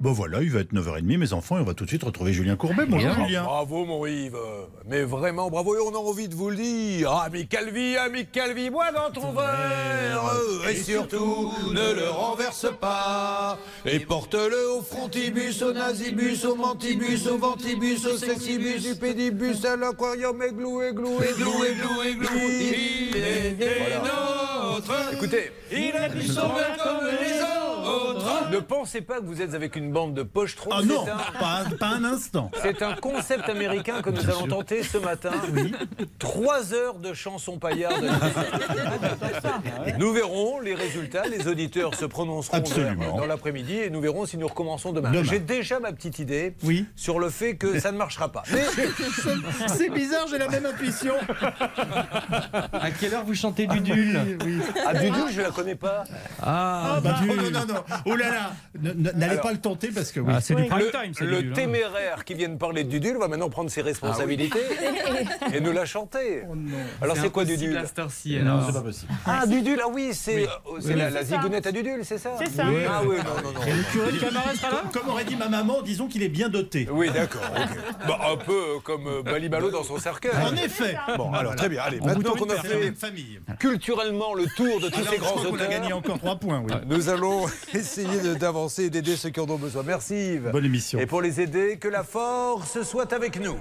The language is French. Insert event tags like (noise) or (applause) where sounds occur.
Bon Bah voilà, il va être 9h30, mes enfants, et on va tout de suite retrouver Julien Courbet. Bonjour Bien. Julien. Bravo mon Yves, mais vraiment bravo et on a envie de vous le dire. Ah, Ami Calvi, ami Calvi, bois dans ton verre hein. et surtout ne le renverse pas et porte-le au frontibus, au nasibus, au mantibus, au ventibus, au sexibus, au pédibus, à l'aquarium, églou, églou, églou, églou, églou. Il est des nôtres. Écoutez, il est du sauveur comme les autres. Ne pensez pas que vous êtes avec une bande de pochetrons. Ah c'est non, un- pas, pas un instant. c'est un concept américain que nous allons tenter ce matin. Trois heures de chansons paillardes. nous verrons les résultats. Les auditeurs se prononceront Absolument. vers- dans l'après-midi et nous verrons si nous recommençons demain. Demain. J'ai déjà ma petite idée Oui. sur le fait que ça ne marchera pas. Mais C'est bizarre, j'ai la même intuition. À quelle heure vous chantez du dul à Dudou, je ne la connais pas. Ah, Bah, oh non, non, non. Oh là là. Ne- ne- N'allez pas le tenter parce que oui. Ah, c'est du prime Le, time, c'est le du dul, hein. téméraire qui vient de parler de Dudul va maintenant prendre ses responsabilités (laughs) et nous la chanter. Alors c'est quoi impossible Dudul à cette heure-ci, alors. possible. Ah, Dudul, ah oui, c'est euh, c'est la, la C'est ça. zigounette à Dudul, c'est ça C'est ça. Ah oui, non, non, non. Le camarade sera là Comme aurait dit ma maman, disons qu'il est bien doté. Oui, d'accord. ok. Bah, un peu euh, comme euh, Balibalo dans son cercueil. En effet. Bon, alors très bien. Allez, On maintenant vous qu'on trouve a une personne, fait une famille. culturellement le tour de tous Alors, ces je grands crois qu'on a gagné auteurs, encore 3 points, oui. nous allons (laughs) essayer de- d'avancer et d'aider ceux qui en ont besoin. Merci Yves. Bonne émission. Et pour les aider, que la force soit avec nous.